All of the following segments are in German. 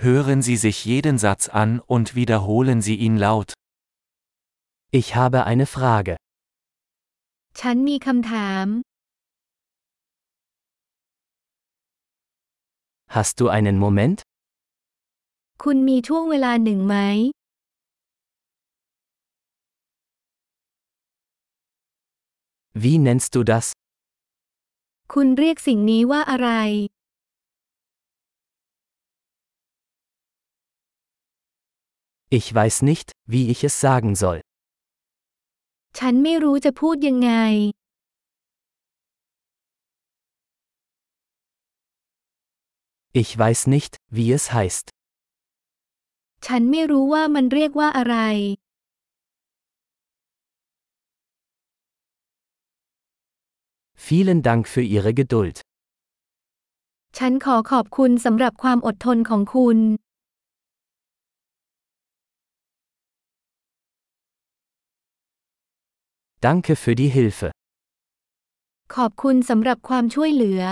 Hören Sie sich jeden Satz an und wiederholen Sie ihn laut. Ich habe eine Frage. ฉันมีคำถาม Hast du einen Moment? คุณมีช่วงเวลาหนึ่งไหม Wie nennst du das? คุณเรียกสิ่งนี้ว่าอะไร Ich weiß nicht, wie ich es sagen soll. ฉันไม่รู้จะพูดยังไง Ich weiß nicht, wie es heißt. ฉันไม่รู้ว่ามันเรียกว่าอะไร Vielen Dank für Ihre Geduld. ฉันขอขอบคุณสำหรับความอดทนของคุณ Danke für die Hilfe. ขอบคุณสำหรับความช่วยเหลือ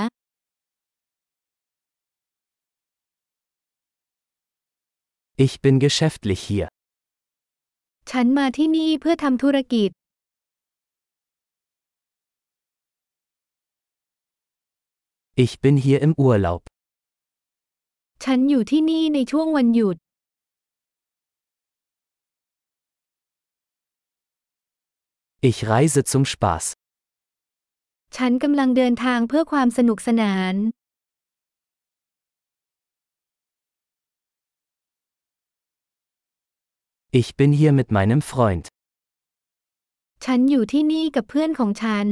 Ich bin geschäftlich hier. ฉันมาที่นี่เพื่อทำธุรกิจ Ich bin hier im Urlaub. ฉันอยู่ที่นี่ในช่วงวันหยุด Ich reise zum Spaß. ฉันกำลังเดินทางเพื่อความสนุกสนาน Ich bin hier mit meinem Freund. ฉันอยู่ที่นี่กับเพื่อนของฉัน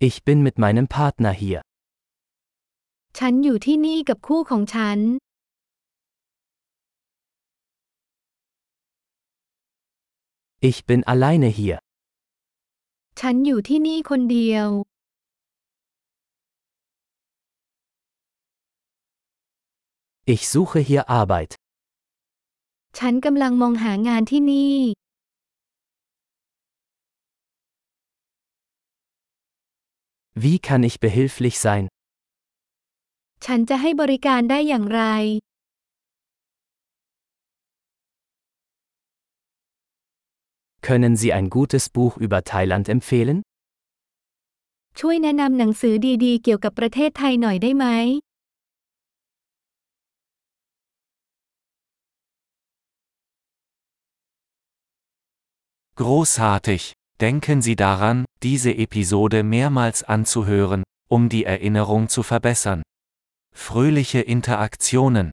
Ich bin mit meinem Partner hier. ฉันอยู่ที่นี่กับคู่ของฉัน Ich bin alleine hier. ฉันอยู่ที่นี่คนเดียว Ich suche hier Arbeit. ฉันกำลังมองหางานที่นี่ Wie kann ich behilflich sein? ฉันจะให้บริการได้อย่างไร Können Sie ein gutes Buch über Thailand empfehlen? ช่วยแนะนำหนังสือดีๆ เกี่ยวกับประเทศไทยหน่อยได้ไหม Großartig! Denken Sie daran, diese Episode mehrmals anzuhören, um die Erinnerung zu verbessern. Fröhliche Interaktionen!